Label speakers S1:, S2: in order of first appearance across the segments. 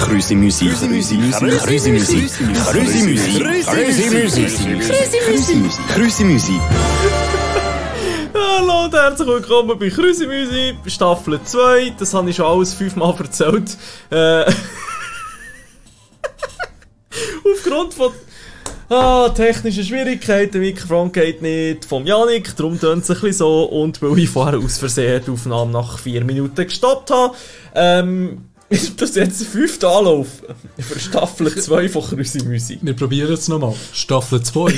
S1: Krüsi Musik. Krüsi Musik. Krüsi Musik. Krüsi Musik. Krüsi Musik. Krüsi Musik. Krüsi Musik.
S2: Hallo und herzlich willkommen bei Krüsemüsi, Staffel 2. Das habe ich schon alles fünfmal erzählt. Äh, aufgrund von ah, technischen Schwierigkeiten, Mikrofon geht nicht, vom Janik, darum tönt es ein bisschen so. Und weil ich vorher aus Versehen die Aufnahme nach 4 Minuten gestoppt habe, ähm, ist das jetzt der fünfte Anlauf für Staffel 2 von Krüsemüsi.
S3: Wir probieren es nochmal. Staffel 2.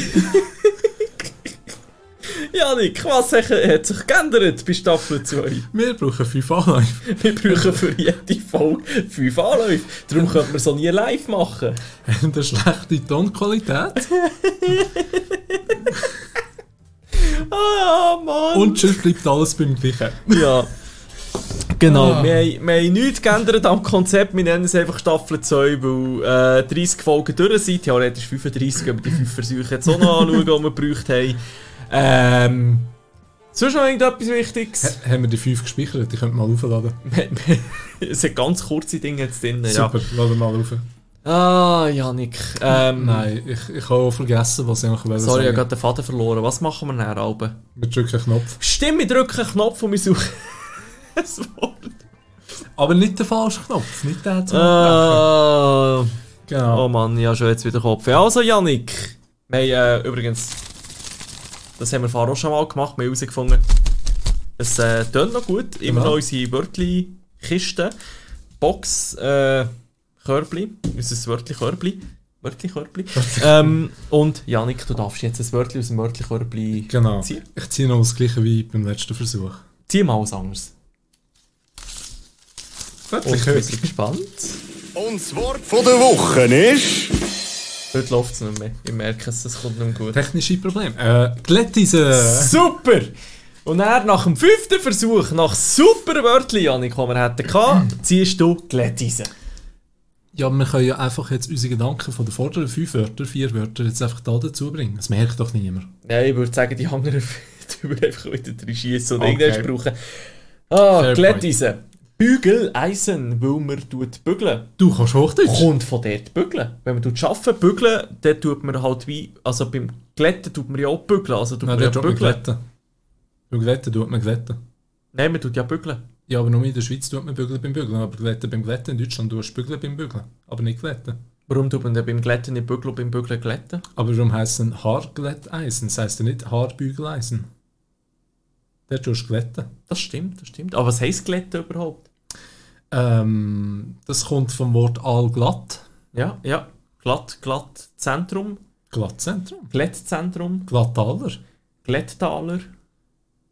S2: Janik, was hat sich geändert bei Staffel 2?
S3: Wir brauchen 5 Anläufe.
S2: Wir brauchen für jede Folge fünf Anläufe. Darum könnte man so nie live machen.
S3: Haben eine schlechte Tonqualität
S2: Ah, Mann!
S3: und sonst bleibt alles beim gleichen.
S2: ja. Genau,
S3: Ah.
S2: wir, haben, wir haben nichts geändert am Konzept. Wir nennen es einfach Staffel 2, weil äh, 30 Folgen durch sind. Theoretisch 35, aber die 5 Versuche jetzt auch noch anschauen, die wir gebraucht haben. Ähm, sonst noch irgendetwas Wichtiges?
S3: Haben wir die 5 gespeichert? Die könnt ihr mal aufladen.
S2: es sind ganz kurze Dinge jetzt drin. Ja.
S3: Super, laden mal auf.
S2: Ah, Janik. Ähm,
S3: Nein, ich, ich habe auch vergessen, was ich eigentlich wollte
S2: Sorry, ich
S3: sagen.
S2: habe gerade den Faden verloren. Was machen wir nachher, Alben?
S3: Wir drücken einen Knopf.
S2: Stimmt, wir drücken einen Knopf und wir suchen ein Wort.
S3: Aber nicht den falschen Knopf, nicht den zum Abbrechen.
S2: Äh, oh
S3: Genau.
S2: Mann, ich habe schon jetzt wieder Kopf. Also, Janik. Wir haben äh, übrigens. Das haben wir vorher auch schon mal gemacht. Wir haben herausgefunden, es äh, tönt noch gut. Immer
S3: Genau.
S2: noch unsere Wörtli-Kiste. Box, äh, Körbli. Unser Wörtli-Körbli. Wörtli-Körbli. ähm, und Janik, du darfst jetzt ein Wörtli aus dem Wörtli-Körbli
S3: Genau.
S2: ziehen.
S3: Ich ziehe noch das gleiche wie beim letzten Versuch.
S2: Zieh mal was anderes. Und ich bin
S3: Wörtlich
S2: gespannt.
S1: Und das Wort von der Woche ist...
S2: Heute läuft es nicht mehr. Ich merke es, es kommt nicht mehr gut.
S3: Technische Probleme. Äh, Glättise.
S2: Super! Und dann nach dem fünften Versuch, nach super Wörtli, Janik, die wir hätten, gehabt, ziehst du Glättise.
S3: Ja, wir können ja einfach jetzt unsere Gedanken von den vorderen fünf Wörtern, vier Wörter jetzt einfach da dazu bringen. Das merkt doch niemand.
S2: Nein, ich würde sagen, die anderen drüber einfach wieder drin schießen und
S3: Okay.
S2: irgendwas brauchen. Ah,
S3: Fair
S2: Glättise. Bügel, Eisen, weil man tut bügeln.
S3: Du kannst Hochdeutsch.
S2: Kommt von dort bügeln. Wenn man tut arbeiten, bügeln, dann tut man halt wie, also beim Glätten tut man ja auch bügeln, also tut
S3: Nein,
S2: man ja
S3: dort tut man
S2: bügeln.
S3: glätten. Beim Glätten tut man glätten.
S2: Nein, man tut ja bügeln.
S3: Ja, aber nur in der Schweiz tut man bügeln beim Bügeln. Aber glätten beim Glätten. In Deutschland tust du bügeln beim Bügeln. Aber nicht glätten.
S2: Warum tut man denn beim Glätten nicht bügeln und beim Bügeln glätten?
S3: Aber warum heisst es ein Haarglätteisen? Das heisst ja nicht Haarbügeleisen. Dort tust du glätten.
S2: Das stimmt, das stimmt. Aber was heisst glätten überhaupt?
S3: Ähm, das kommt vom Wort allglatt.
S2: Ja, ja. Glatt, glatt Zentrum,
S3: Glattzentrum.
S2: Glättzentrum,
S3: Glattaler.
S2: Glättaler.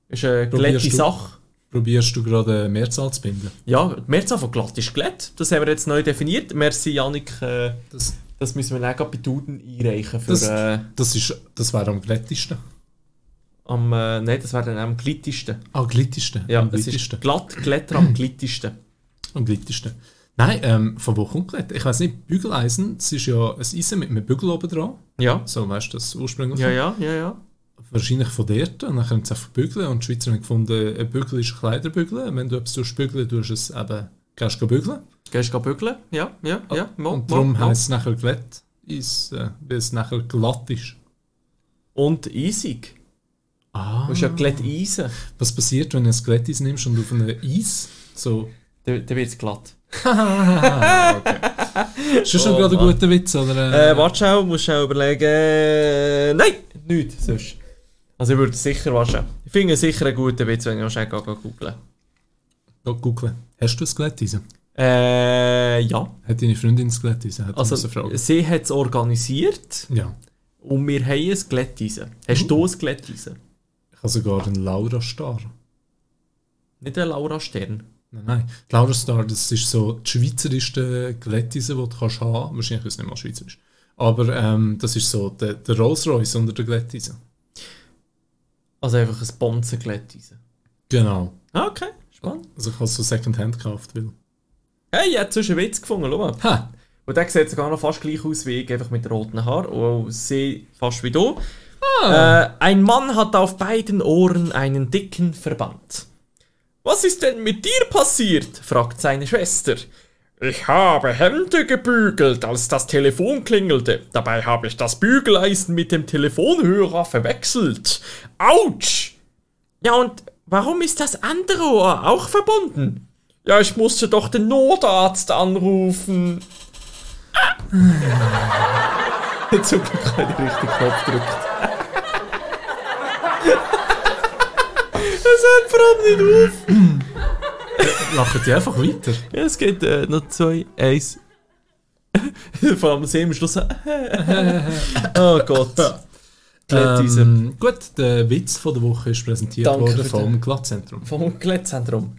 S2: Ist eine
S3: Probierst
S2: glätte
S3: du?
S2: Sache.
S3: Probierst du gerade eine Mehrzahl zu binden?
S2: Ja, die Mehrzahl von glatt ist glätt. Das haben wir jetzt neu definiert. Merci, Janik. Äh,
S3: Das,
S2: das müssen wir dann gerade bei Duden einreichen. Für,
S3: Das-
S2: äh,
S3: das, ist, das wäre am glättesten.
S2: am, äh, nein, das wäre dann am glittesten.
S3: Am glättesten.
S2: Ja,
S3: am
S2: es ist
S3: glättesten.
S2: glatt, Glätter am glittesten.
S3: Am glättesten. Nein, ähm, von wo kommt Glätt? Ich weiß nicht, Bügeleisen, es ist ja ein Eisen mit einem Bügel oben dran.
S2: Ja.
S3: So weißt du das ursprünglich.
S2: Ja, ja, ja, ja.
S3: Wahrscheinlich von dort. Und dann können sie einfach bügeln. Und die Schweizer haben gefunden, ein Bügel ist ein Kleiderbügeln. Wenn du etwas tust bügeln, tust du es eben, gehst du bügeln.
S2: Gehst du bügeln? Ja, ja, ja. Mo,
S3: und
S2: mo,
S3: darum
S2: mo.
S3: heisst es nachher Glätt. Eis, äh, weil es nachher glatt ist.
S2: Und eisig.
S3: Ah.
S2: Du musst ja glatt eisen.
S3: Was passiert, wenn du ein Glätteis nimmst und auf einem Eis so
S2: Dann, dann wird es glatt.
S3: Schon schon
S2: Oh,
S3: gerade ein
S2: Mann.
S3: guter Witz, oder?
S2: Äh, warte schnell, musst schnell überlegen. Nein, nichts sonst. Also ich würde sicher waschen. Ich finde sicher einen guten Witz, wenn ich wahrscheinlich gehe googeln.
S3: Geh googeln. Hast du ein Glätteisen?
S2: Äh, ja.
S3: Hat deine Freundin ein Glätteisen? Hat
S2: Also
S3: also, Frage.
S2: sie hat es organisiert
S3: Ja.
S2: und wir haben ein Glätteisen. Hast du ein Glätteisen?
S3: Ich habe sogar einen Laura Star.
S2: Nicht einen Laura Stern.
S3: Nein, nein. Die Laura Star, das ist so die schweizerischste Glätteisen, die du kannst haben. Wahrscheinlich ist es nicht mal schweizerisch. Aber ähm, das ist so der, der Rolls Royce unter der Glätteisen.
S2: Also einfach ein Bonzen-Glätteisen.
S3: Genau.
S2: Ah, okay. Spannend.
S3: Also ich habe es so Secondhand gekauft, weil...
S2: Hey, ich habe sonst einen Witz gefunden, schau mal.
S3: Ha!
S2: Und der sieht sogar noch fast gleich aus wie ich, einfach mit roten Haaren. Und auch sie fast wie du. Äh, ein Mann hat auf beiden Ohren einen dicken Verband. Was ist denn mit dir passiert? fragt seine Schwester. Ich habe Hemde gebügelt, als das Telefon klingelte. Dabei habe ich das Bügeleisen mit dem Telefonhörer verwechselt. Autsch! Ja, und warum ist das andere Ohr auch verbunden? Ja, ich musste doch den Notarzt anrufen.
S3: Hat zum Glück keinen richtigen Knopf gedrückt.
S2: Das hört vor allem nicht auf.
S3: Lachen die einfach weiter.
S2: Ja, es geht äh, noch zwei, eins. Vor allem sehen wir am Schluss. oh Gott. Glättisen.
S3: Ähm, gut, der Witz von der Woche ist präsentiert
S2: Danke
S3: worden
S2: für den-
S3: vom Glattzentrum.
S2: Vom Glättzentrum.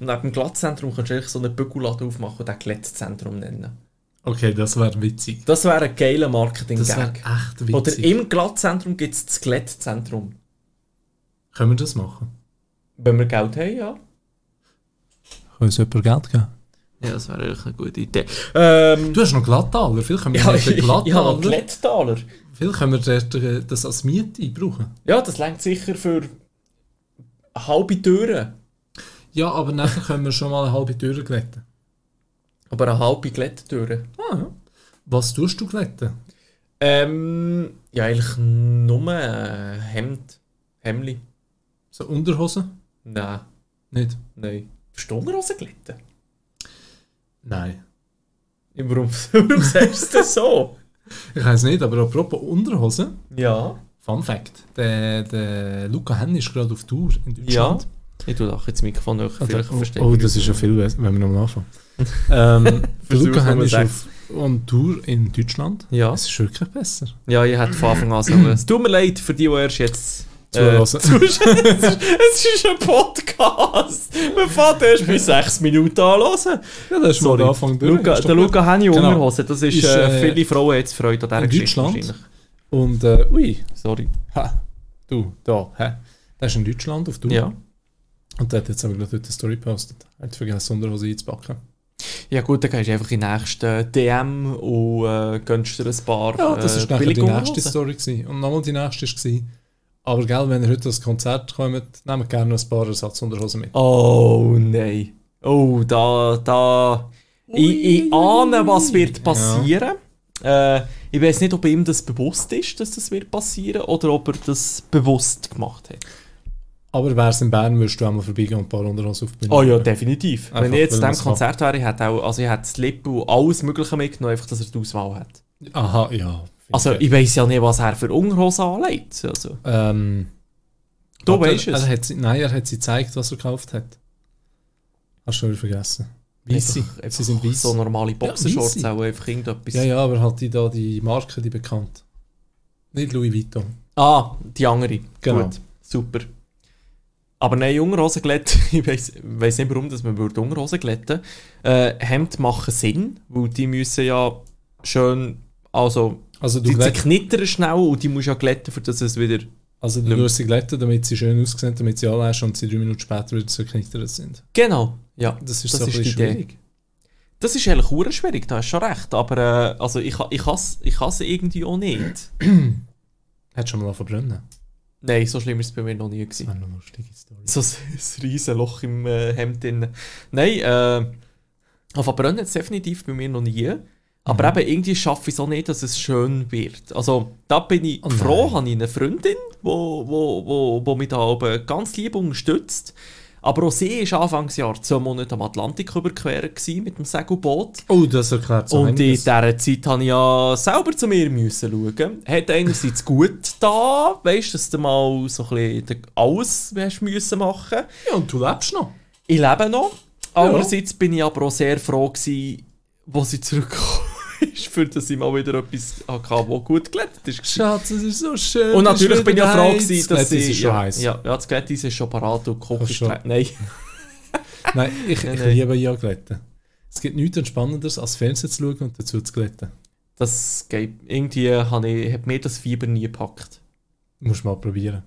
S2: Und neben dem Glättzentrum kannst du eigentlich so einen Bügelladen aufmachen und den Glättzentrum nennen.
S3: Okay, das wäre witzig.
S2: Das wäre ein geiler
S3: Das wäre
S2: Marketing-Gag.
S3: echt witzig.
S2: Oder im Glattzentrum gibt es das Glättzentrum.
S3: Können wir das machen?
S2: Wenn wir Geld haben, ja.
S3: Können uns jemand Geld geben?
S2: Ja, das wäre eigentlich eine gute Idee. Ähm,
S3: Du hast noch Glattaler. Vielleicht können wir
S2: ja,
S3: den
S2: ich habe
S3: Glattaler...
S2: noch Glättaler.
S3: Vielleicht können wir dort, äh, das als Miete brauchen.
S2: Ja, das längt sicher für halbe Türen.
S3: Ja, aber nachher können wir schon mal eine halbe Tür glätten.
S2: Aber eine halbe Glätttüre.
S3: Ah, ja. Was tust du glätten?
S2: Ähm, ja, eigentlich nur äh, Hemd. Hemli.
S3: So Unterhose?
S2: Nein,
S3: Nicht?
S2: nein. Stundenrosen glätten?
S3: Nein.
S2: Ja, Warum, warum sagst du das so?
S3: Ich weiß nicht, aber apropos Unterhose...
S2: Ja.
S3: Fun Fact: der, der Luca Henn ist gerade auf Tour in
S2: Ja.
S3: Deutschland.
S2: Ich tue auch jetzt das Mikrofon noch. Vielleicht verstehe
S3: oh,
S2: ich
S3: das
S2: mich.
S3: ist ja viel besser, wenn wir nochmal anfangen. ähm, der
S2: Versuch
S3: Luca Henn
S2: Nummer
S3: ist
S2: sechs.
S3: auf on Tour in Deutschland.
S2: Ja.
S3: Es ist wirklich besser.
S2: Ja, ich hätte von Anfang an sollen. Es tut mir leid für die, die erst jetzt.
S3: Zuhören.
S2: es, ist, es ist ein Podcast. Man fährt erst bei 6 Minuten an. hören.
S3: Ja, das ist mal der Anfang durch.
S2: Luca,
S3: Ist doch
S2: der
S3: gut.
S2: Luca Henni
S3: Genau.
S2: Unterhose, das ist,
S3: Ist,
S2: äh,
S3: äh,
S2: viele Frauen jetzt Freude an dieser
S3: in
S2: Geschichte
S3: Deutschland?
S2: wahrscheinlich.
S3: Und, äh, ui,
S2: Sorry.
S3: ha, du, da, hä. Der ist in Deutschland auf Tour.
S2: Ja.
S3: Und der hat jetzt aber gerade heute eine Story gepostet. Er hat vergessen, Unterhose einzupacken.
S2: Ja gut, dann gehst du einfach in die nächste DM und äh, gönnst dir ein paar
S3: Ja, das
S2: äh,
S3: ist nachher die
S2: billige
S3: nächste
S2: Unterhosen.
S3: Story gewesen. Und nochmal die nächste war, aber gell, wenn ihr heute ans Konzert kommt, nehmt gerne noch ein paar Ersatzunterhosen mit.
S2: Oh nein. Oh, da, da. Ich, ich ahne, was wird passieren. Äh, ich weiß nicht, ob ihm das bewusst ist, dass das wird passieren, oder ob er das bewusst gemacht hat.
S3: Aber wär's in Bern, würdest du auch mal vorbeigehen und ein paar Unterhosen aufbinden.
S2: Oh ja, definitiv.
S3: Einfach,
S2: Wenn ich
S3: weil
S2: jetzt in diesem
S3: man's macht.
S2: Konzert wäre, ich hätte auch, also ich hätte das Lip und alles Mögliche mitgenommen, einfach, dass er die Auswahl hat.
S3: Aha, ja.
S2: Also ich weiß ja nicht, was er für Unterhose anlegt. Also,
S3: ähm,
S2: du
S3: warte,
S2: weißt
S3: er,
S2: es.
S3: Er hat sie, nein, er hat sie gezeigt, was er gekauft hat. Hast du schon wieder vergessen. Weisse.
S2: Einfach- einfach
S3: Sie sind weiss.
S2: So normale Boxershorts,
S3: weisse.
S2: auch einfach irgendetwas.
S3: ja, ja, aber halt die da, die Marke, die bekannt. Nicht Louis Vuitton.
S2: Ah, die andere.
S3: Genau.
S2: Gut, super. Aber nein, Unterhosen glätten, ich weiß nicht warum, dass man würde Unterhosen glätten äh, Hemd machen Sinn, weil die müssen ja schön, also
S3: Also du,
S2: die, die
S3: glätt,
S2: knittern schnell und die musst du ja glätten, für dass es wieder...
S3: also du tust sie glätten, damit sie schön aussehen, damit sie anlässt und sie drei Minuten später wieder so knittert sind.
S2: Genau, ja.
S3: Das ist so ein bisschen schwierig.
S2: Das ist eigentlich hure schwierig, da hast du schon recht, aber äh, also ich, ha- ich hasse ich has irgendwie auch nicht.
S3: Hat schon mal verbrennen.
S2: nein, so schlimm ist es bei mir Ah, noch nie gewesen.
S3: Das wäre eine lustige Story.
S2: so ein riesen Loch im äh, Hemd drin. Nein, äh, auf Verbrennen jetzt definitiv bei mir noch nie. Aber
S3: Mhm.
S2: eben, irgendwie schaffe ich es auch nicht, dass es schön wird. Also, da bin ich
S3: Oh nein.
S2: froh, habe ich eine Freundin, die wo, wo, wo, wo mich da oben ganz lieb unterstützt. Aber auch sie war Anfangsjahr zwei Monate am Atlantik überqueren gewesen mit dem Segelboot.
S3: Oh, das erklärt so
S2: Und in
S3: einiges.
S2: dieser Zeit habe ich ja selber zu mir müssen schauen. Hat einerseits gut da, weißt du, dass du mal so ein bisschen alles hast müssen machen
S3: Ja, und du lebst noch.
S2: ich lebe noch. Andererseits bin ich aber auch sehr froh, gewesen, wo sie zurückgekommen ist, für dass ich mal wieder etwas hatte, wo gut geleitet ist.
S3: Schatz, es ist so schön.
S2: Und natürlich bin ich auch froh,
S3: dass
S2: gewesen, dass
S3: sie...
S2: ich.
S3: ist schon
S2: ja,
S3: heiß.
S2: ja, ja, das Glättis ist schon parat und Koch
S3: Ach
S2: ist
S3: schon.
S2: gleich- Nein.
S3: Nein, ich, ich
S2: nein.
S3: liebe ja glätten. Es gibt nichts Entspannenderes, als Fernsehen zu schauen und dazu zu glätten.
S2: Das geht. Irgendwie habe ich, hat mir das Fieber nie gepackt.
S3: Musst mal probieren.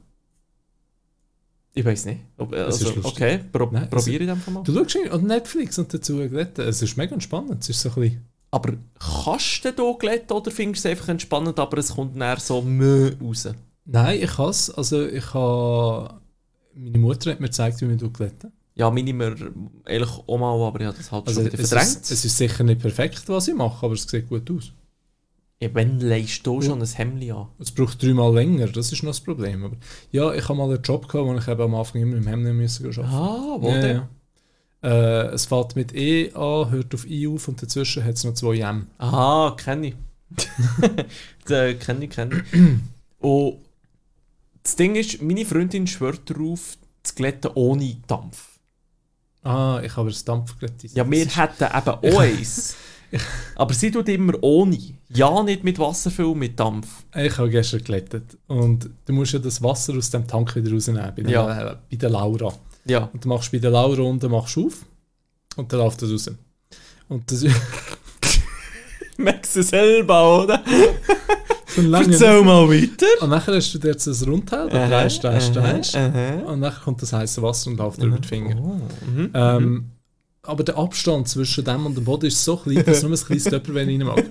S2: Ich weiß nicht. Ob, äh,
S3: Es ist
S2: also,
S3: lustig.
S2: okay, pro,
S3: Nein, es-
S2: probiere ich einfach mal.
S3: Du schaust irgendwie an Netflix und dazu glätten. Es ist mega entspannend. Es ist so ein bisschen...
S2: Aber kannst du da glätten oder findest du es einfach entspannend, aber es kommt näher so mö raus?
S3: Nein, ich hasse Also ich habe... Meine Mutter hat mir gezeigt, wie man glätten
S2: Ja, Minimer, ehrlich auch mal, aber ich habe das halt
S3: Also
S2: schon wieder
S3: es
S2: verdrängt.
S3: ist, es ist sicher nicht perfekt, was ich mache, aber es sieht gut aus.
S2: ja, wenn leist du schon ein Hemd an?
S3: Es braucht dreimal länger, das ist noch das Problem. Aber ja, ich habe mal einen Job gehabt, wo ich eben am Anfang immer im Hemd müssen gehen arbeiten.
S2: Ah, wo
S3: Ja,
S2: denn?
S3: ja. Äh, es fällt mit E an, hört auf I auf und dazwischen hat es noch zwei M.
S2: Aha, kenne ich. Äh, kenne ich, kenne ich. Und das Ding ist, meine Freundin schwört darauf, zu glätten ohne Dampf.
S3: Ah, ich habe das Dampfglättis.
S2: Ja, wir hätten eben auch eins. Aber sie tut immer ohne. Ja, nicht mit Wasser viel, mit Dampf.
S3: Äh, Ich habe gestern glättet. Und du musst ja das Wasser aus dem Tank wieder rausnehmen, bei, der-
S2: Ja.
S3: äh, bei der Laura.
S2: Ja.
S3: Und du machst bei der Laura unten machst du auf und dann läuft das raus. Und das ist
S2: Merkst du selber, oder?
S3: so ein langer-
S2: Erzähl mal weiter.
S3: Und nachher hast du dir jetzt das Rundteil, da drehst, drehst, drehst.
S2: aha.
S3: Und nachher kommt das heiße Wasser und läuft drüber die Finger.
S2: mhm.
S3: Ähm, aber der Abstand zwischen dem und dem Boden ist so klein, dass nur ein kleines Töpperwein rein mag.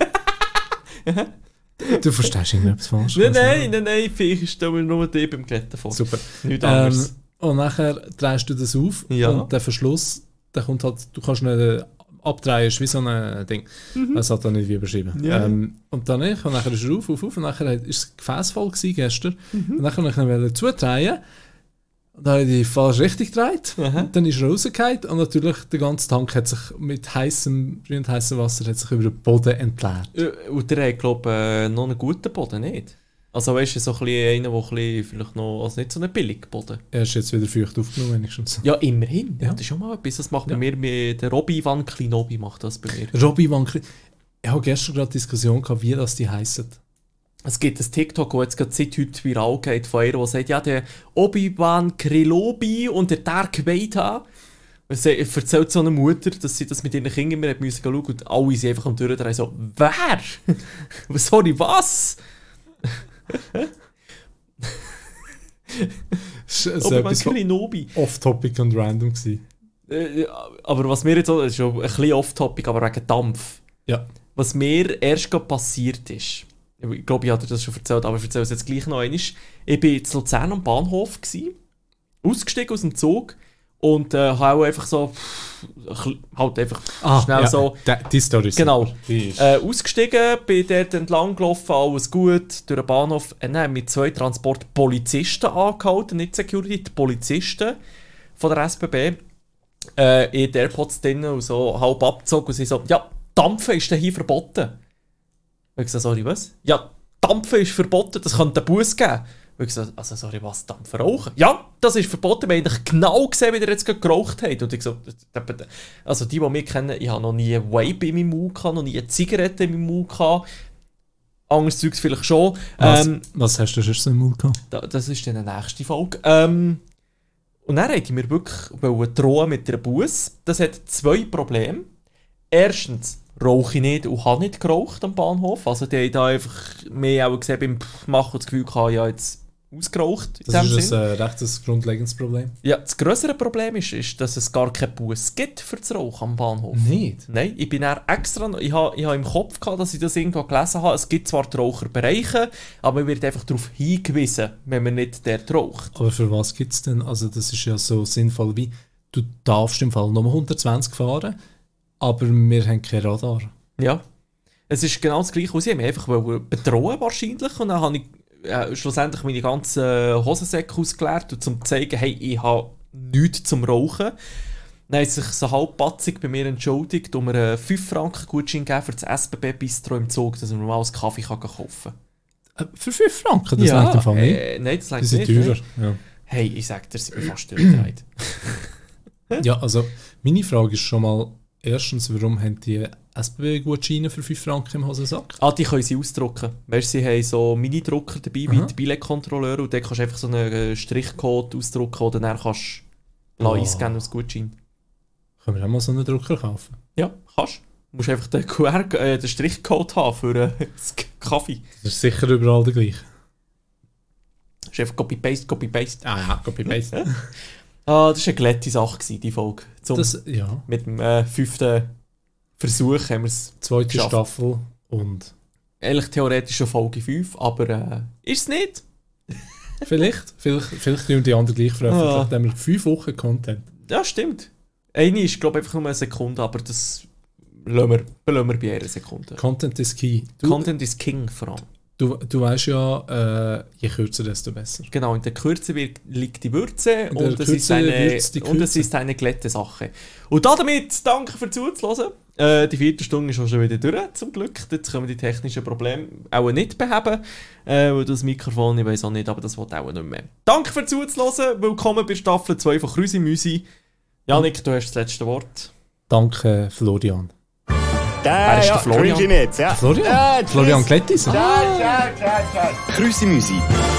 S3: du verstehst irgendetwas falsch.
S2: Nein, nein, nein, nein, vielleicht stellen wir nur die beim Glätten vor.
S3: Super.
S2: Oh, Nichts
S3: Ähm,
S2: anderes.
S3: und nachher drehst du das auf
S2: Ja.
S3: und der Verschluss, der kommt halt, du kannst nicht abdrehen, ist wie so ein äh, Ding. Das hat er nicht wie beschrieben.
S2: Ja.
S3: Ähm, und dann ich, und nachher ist er auf, auf, auf, und nachher hat- ist das Gefäß voll gewesen gestern. Und nachher wollte ich ihn wollen zudrehen. Und dann habe ich die falsch richtig gedreht. Und dann ist er rausgefallen und natürlich der ganze Tank hat sich mit heißem, brühend heißem Wasser hat sich über den Boden entleert.
S2: Ja, Und der hat, glaube ich, noch einen guten Boden, nicht? Also weißt du, so ein bisschen einer, der ein bisschen vielleicht noch, also nicht so einen billigen Boden.
S3: Er ist jetzt wieder feucht aufgenommen, wenigstens.
S2: Ja, immerhin. Ja. Das ist schon mal etwas. Das macht bei mir, mit- der Robby Van Klinobi macht das bei mir.
S3: Robby Van Kli- Ich habe gestern gerade Diskussion gehabt, wie das die heissen.
S2: Es gibt ein TikTok, das jetzt gerade seit heute viral geht, von einer, der sagt, ja, der Obi-Wan Kenobi und der Dark Vader. Es se- erzählt so eine Mutter, dass sie das mit ihren Kindern immer hat müssen schauen und alle sind einfach am Durchdrehen so, wer? Sorry, was?
S3: Es ist
S2: Obi-Wan
S3: etwas
S2: Kenobi.
S3: off-topic und random gewesen.
S2: Äh, aber was mir jetzt auch, das ist schon ein bisschen off-topic, aber wegen Dampf.
S3: Ja.
S2: Was mir erst gerade passiert ist, ich glaube, ich hatte das schon erzählt, aber ich erzähle es jetzt gleich noch einmal. Ich war in Luzern am Bahnhof, gewesen, ausgestiegen aus dem Zug und äh, habe auch einfach so, pff, halt einfach
S3: Ah,
S2: schnell so
S3: die Story ist
S2: Genau.
S3: super. Die ist-
S2: äh, ausgestiegen, bin dort entlang gelaufen, alles gut, durch den Bahnhof. Äh, dann haben mich zwei Transport Polizisten angehalten, nicht Security, die Polizisten von der SBB. Äh, in den AirPods drin und so halb abgezogen und sie so, ja, Dampfen ist denn hier verboten. Und ich so, sorry, was? Ja, Dampfen ist verboten, das könnte einen Bus geben. Und ich so, also sorry, was, Dampfen rauchen? Ja, das ist verboten, wir haben eigentlich genau gesehen, wie ihr jetzt gerade geraucht habt. Und ich so, also die, die mich kennen, ich habe noch nie einen Vape in meinem Mund gehabt, noch nie eine Zigarette in meinem Mund gehabt. Anderes Zeugs vielleicht schon.
S3: was,
S2: Ähm,
S3: was hast du sonst so im Mund gehabt?
S2: da, das ist dann die nächste Folge. Ähm, und dann hätte ich mir wirklich wollen drohen mit der Bus. Das hat zwei Probleme. Erstens rauche ich nicht und habe nicht geraucht am Bahnhof. Also die haben da einfach mehr auch gesehen beim Pff Machen und das Gefühl gehabt, ja jetzt ausgeraucht. in
S3: Das äh,
S2: dem
S3: ist
S2: Sinn.
S3: ein äh, rechtes grundlegendes Problem.
S2: ja, das größere Problem ist, ist, dass es gar keinen Bus gibt für das Rauchen am Bahnhof.
S3: Nicht?
S2: Nein, ich bin dann extra, noch- ich habe ich ha im Kopf gehabt, dass ich das irgendwo gelesen habe. Es gibt zwar die Raucherbereiche, aber man wird einfach darauf hingewiesen, wenn man nicht dort raucht.
S3: Aber für was gibt es denn? Also das ist ja so sinnvoll wie, du darfst im Fall nur 120 fahren, aber wir haben kein Radar.
S2: Ja. Es ist genau das gleiche, was ich mich einfach wollte bedrohen wahrscheinlich. Und dann habe ich äh, schlussendlich meine ganzen äh, Hosensäcke ausgeleert, und zum zu zeigen, hey, ich habe nichts zum Rauchen. Dann hat sich so halbpatzig bei mir entschuldigt und mir einen 5-Franken-Gutschein gegeben für das SBB-Bistro im Zug, dass man mal einen Kaffee kann kaufen kann.
S3: Äh, für 5 Franken, das reicht im Fall nicht.
S2: äh, Nein, das
S3: Die
S2: reicht
S3: sind
S2: nicht.
S3: teurer.
S2: nein.
S3: Ja.
S2: Hey, ich sag dir, sie bin fast durchgedreht.
S3: ja, also meine Frage ist schon mal, erstens, warum haben die SBB-Gutscheine für 5 Franken im Hosensack?
S2: Ah, die können sie ausdrucken. Weißt, sie haben so Mini-Drucker dabei, wie
S3: Aha.
S2: die Billetkontrolleure, und dann kannst du einfach so einen äh, Strichcode ausdrucken, oder dann kannst du oh.
S3: Oh.
S2: einscannen aus Gutschein.
S3: Können wir auch mal so einen Drucker kaufen?
S2: Ja, kannst. Du musst einfach den, QR, äh, den Strichcode haben für äh, das K- Kaffee.
S3: Das ist sicher überall der gleiche.
S2: Das ist einfach Copy-Paste, Copy-Paste.
S3: Ah ja, Copy-Paste.
S2: Ah, das war eine glatte Sache, gewesen, die Folge. Zum,
S3: Das, ja,
S2: mit dem äh, fünften Versuch haben wir es
S3: zweite
S2: Geschafft.
S3: Staffel und
S2: eigentlich theoretisch schon Folge 5, aber äh, ist es nicht.
S3: vielleicht, vielleicht, vielleicht tun wir die anderen gleich veröffentlichen,
S2: Ah.
S3: dann haben wir fünf Wochen Content.
S2: Ja, stimmt. Eine ist, glaube ich, einfach nur eine Sekunde, aber das lassen wir, lassen wir bei einer Sekunde.
S3: Content is key. Du,
S2: Content ist King vor allem.
S3: du, du weißt ja, äh, je kürzer, desto besser.
S2: Genau, in der Kürze wird- liegt die Würze
S3: der
S2: und es,
S3: Kürze
S2: ist eine,
S3: wird's die
S2: und es
S3: Kürze.
S2: ist eine glatte Sache. Und damit danke fürs Zuhören. Äh, die vierte Stunde ist auch schon wieder durch, zum Glück. Jetzt können wir die technischen Probleme auch nicht beheben, äh, weil das Mikrofon, ich weiß auch nicht, aber das will auch nicht mehr. Danke fürs Zuhören, willkommen bei Staffel 2 von Krüsi Müsi. Janik, du hast das letzte Wort.
S3: Danke, Florian.
S1: Der
S2: ist
S1: ja,
S2: der Florian?
S1: Grüezi jetzt, ja.
S3: Florian?
S1: Ja,
S3: Florian
S1: tschüss.
S3: Klettis?
S1: Grüezi Müsi.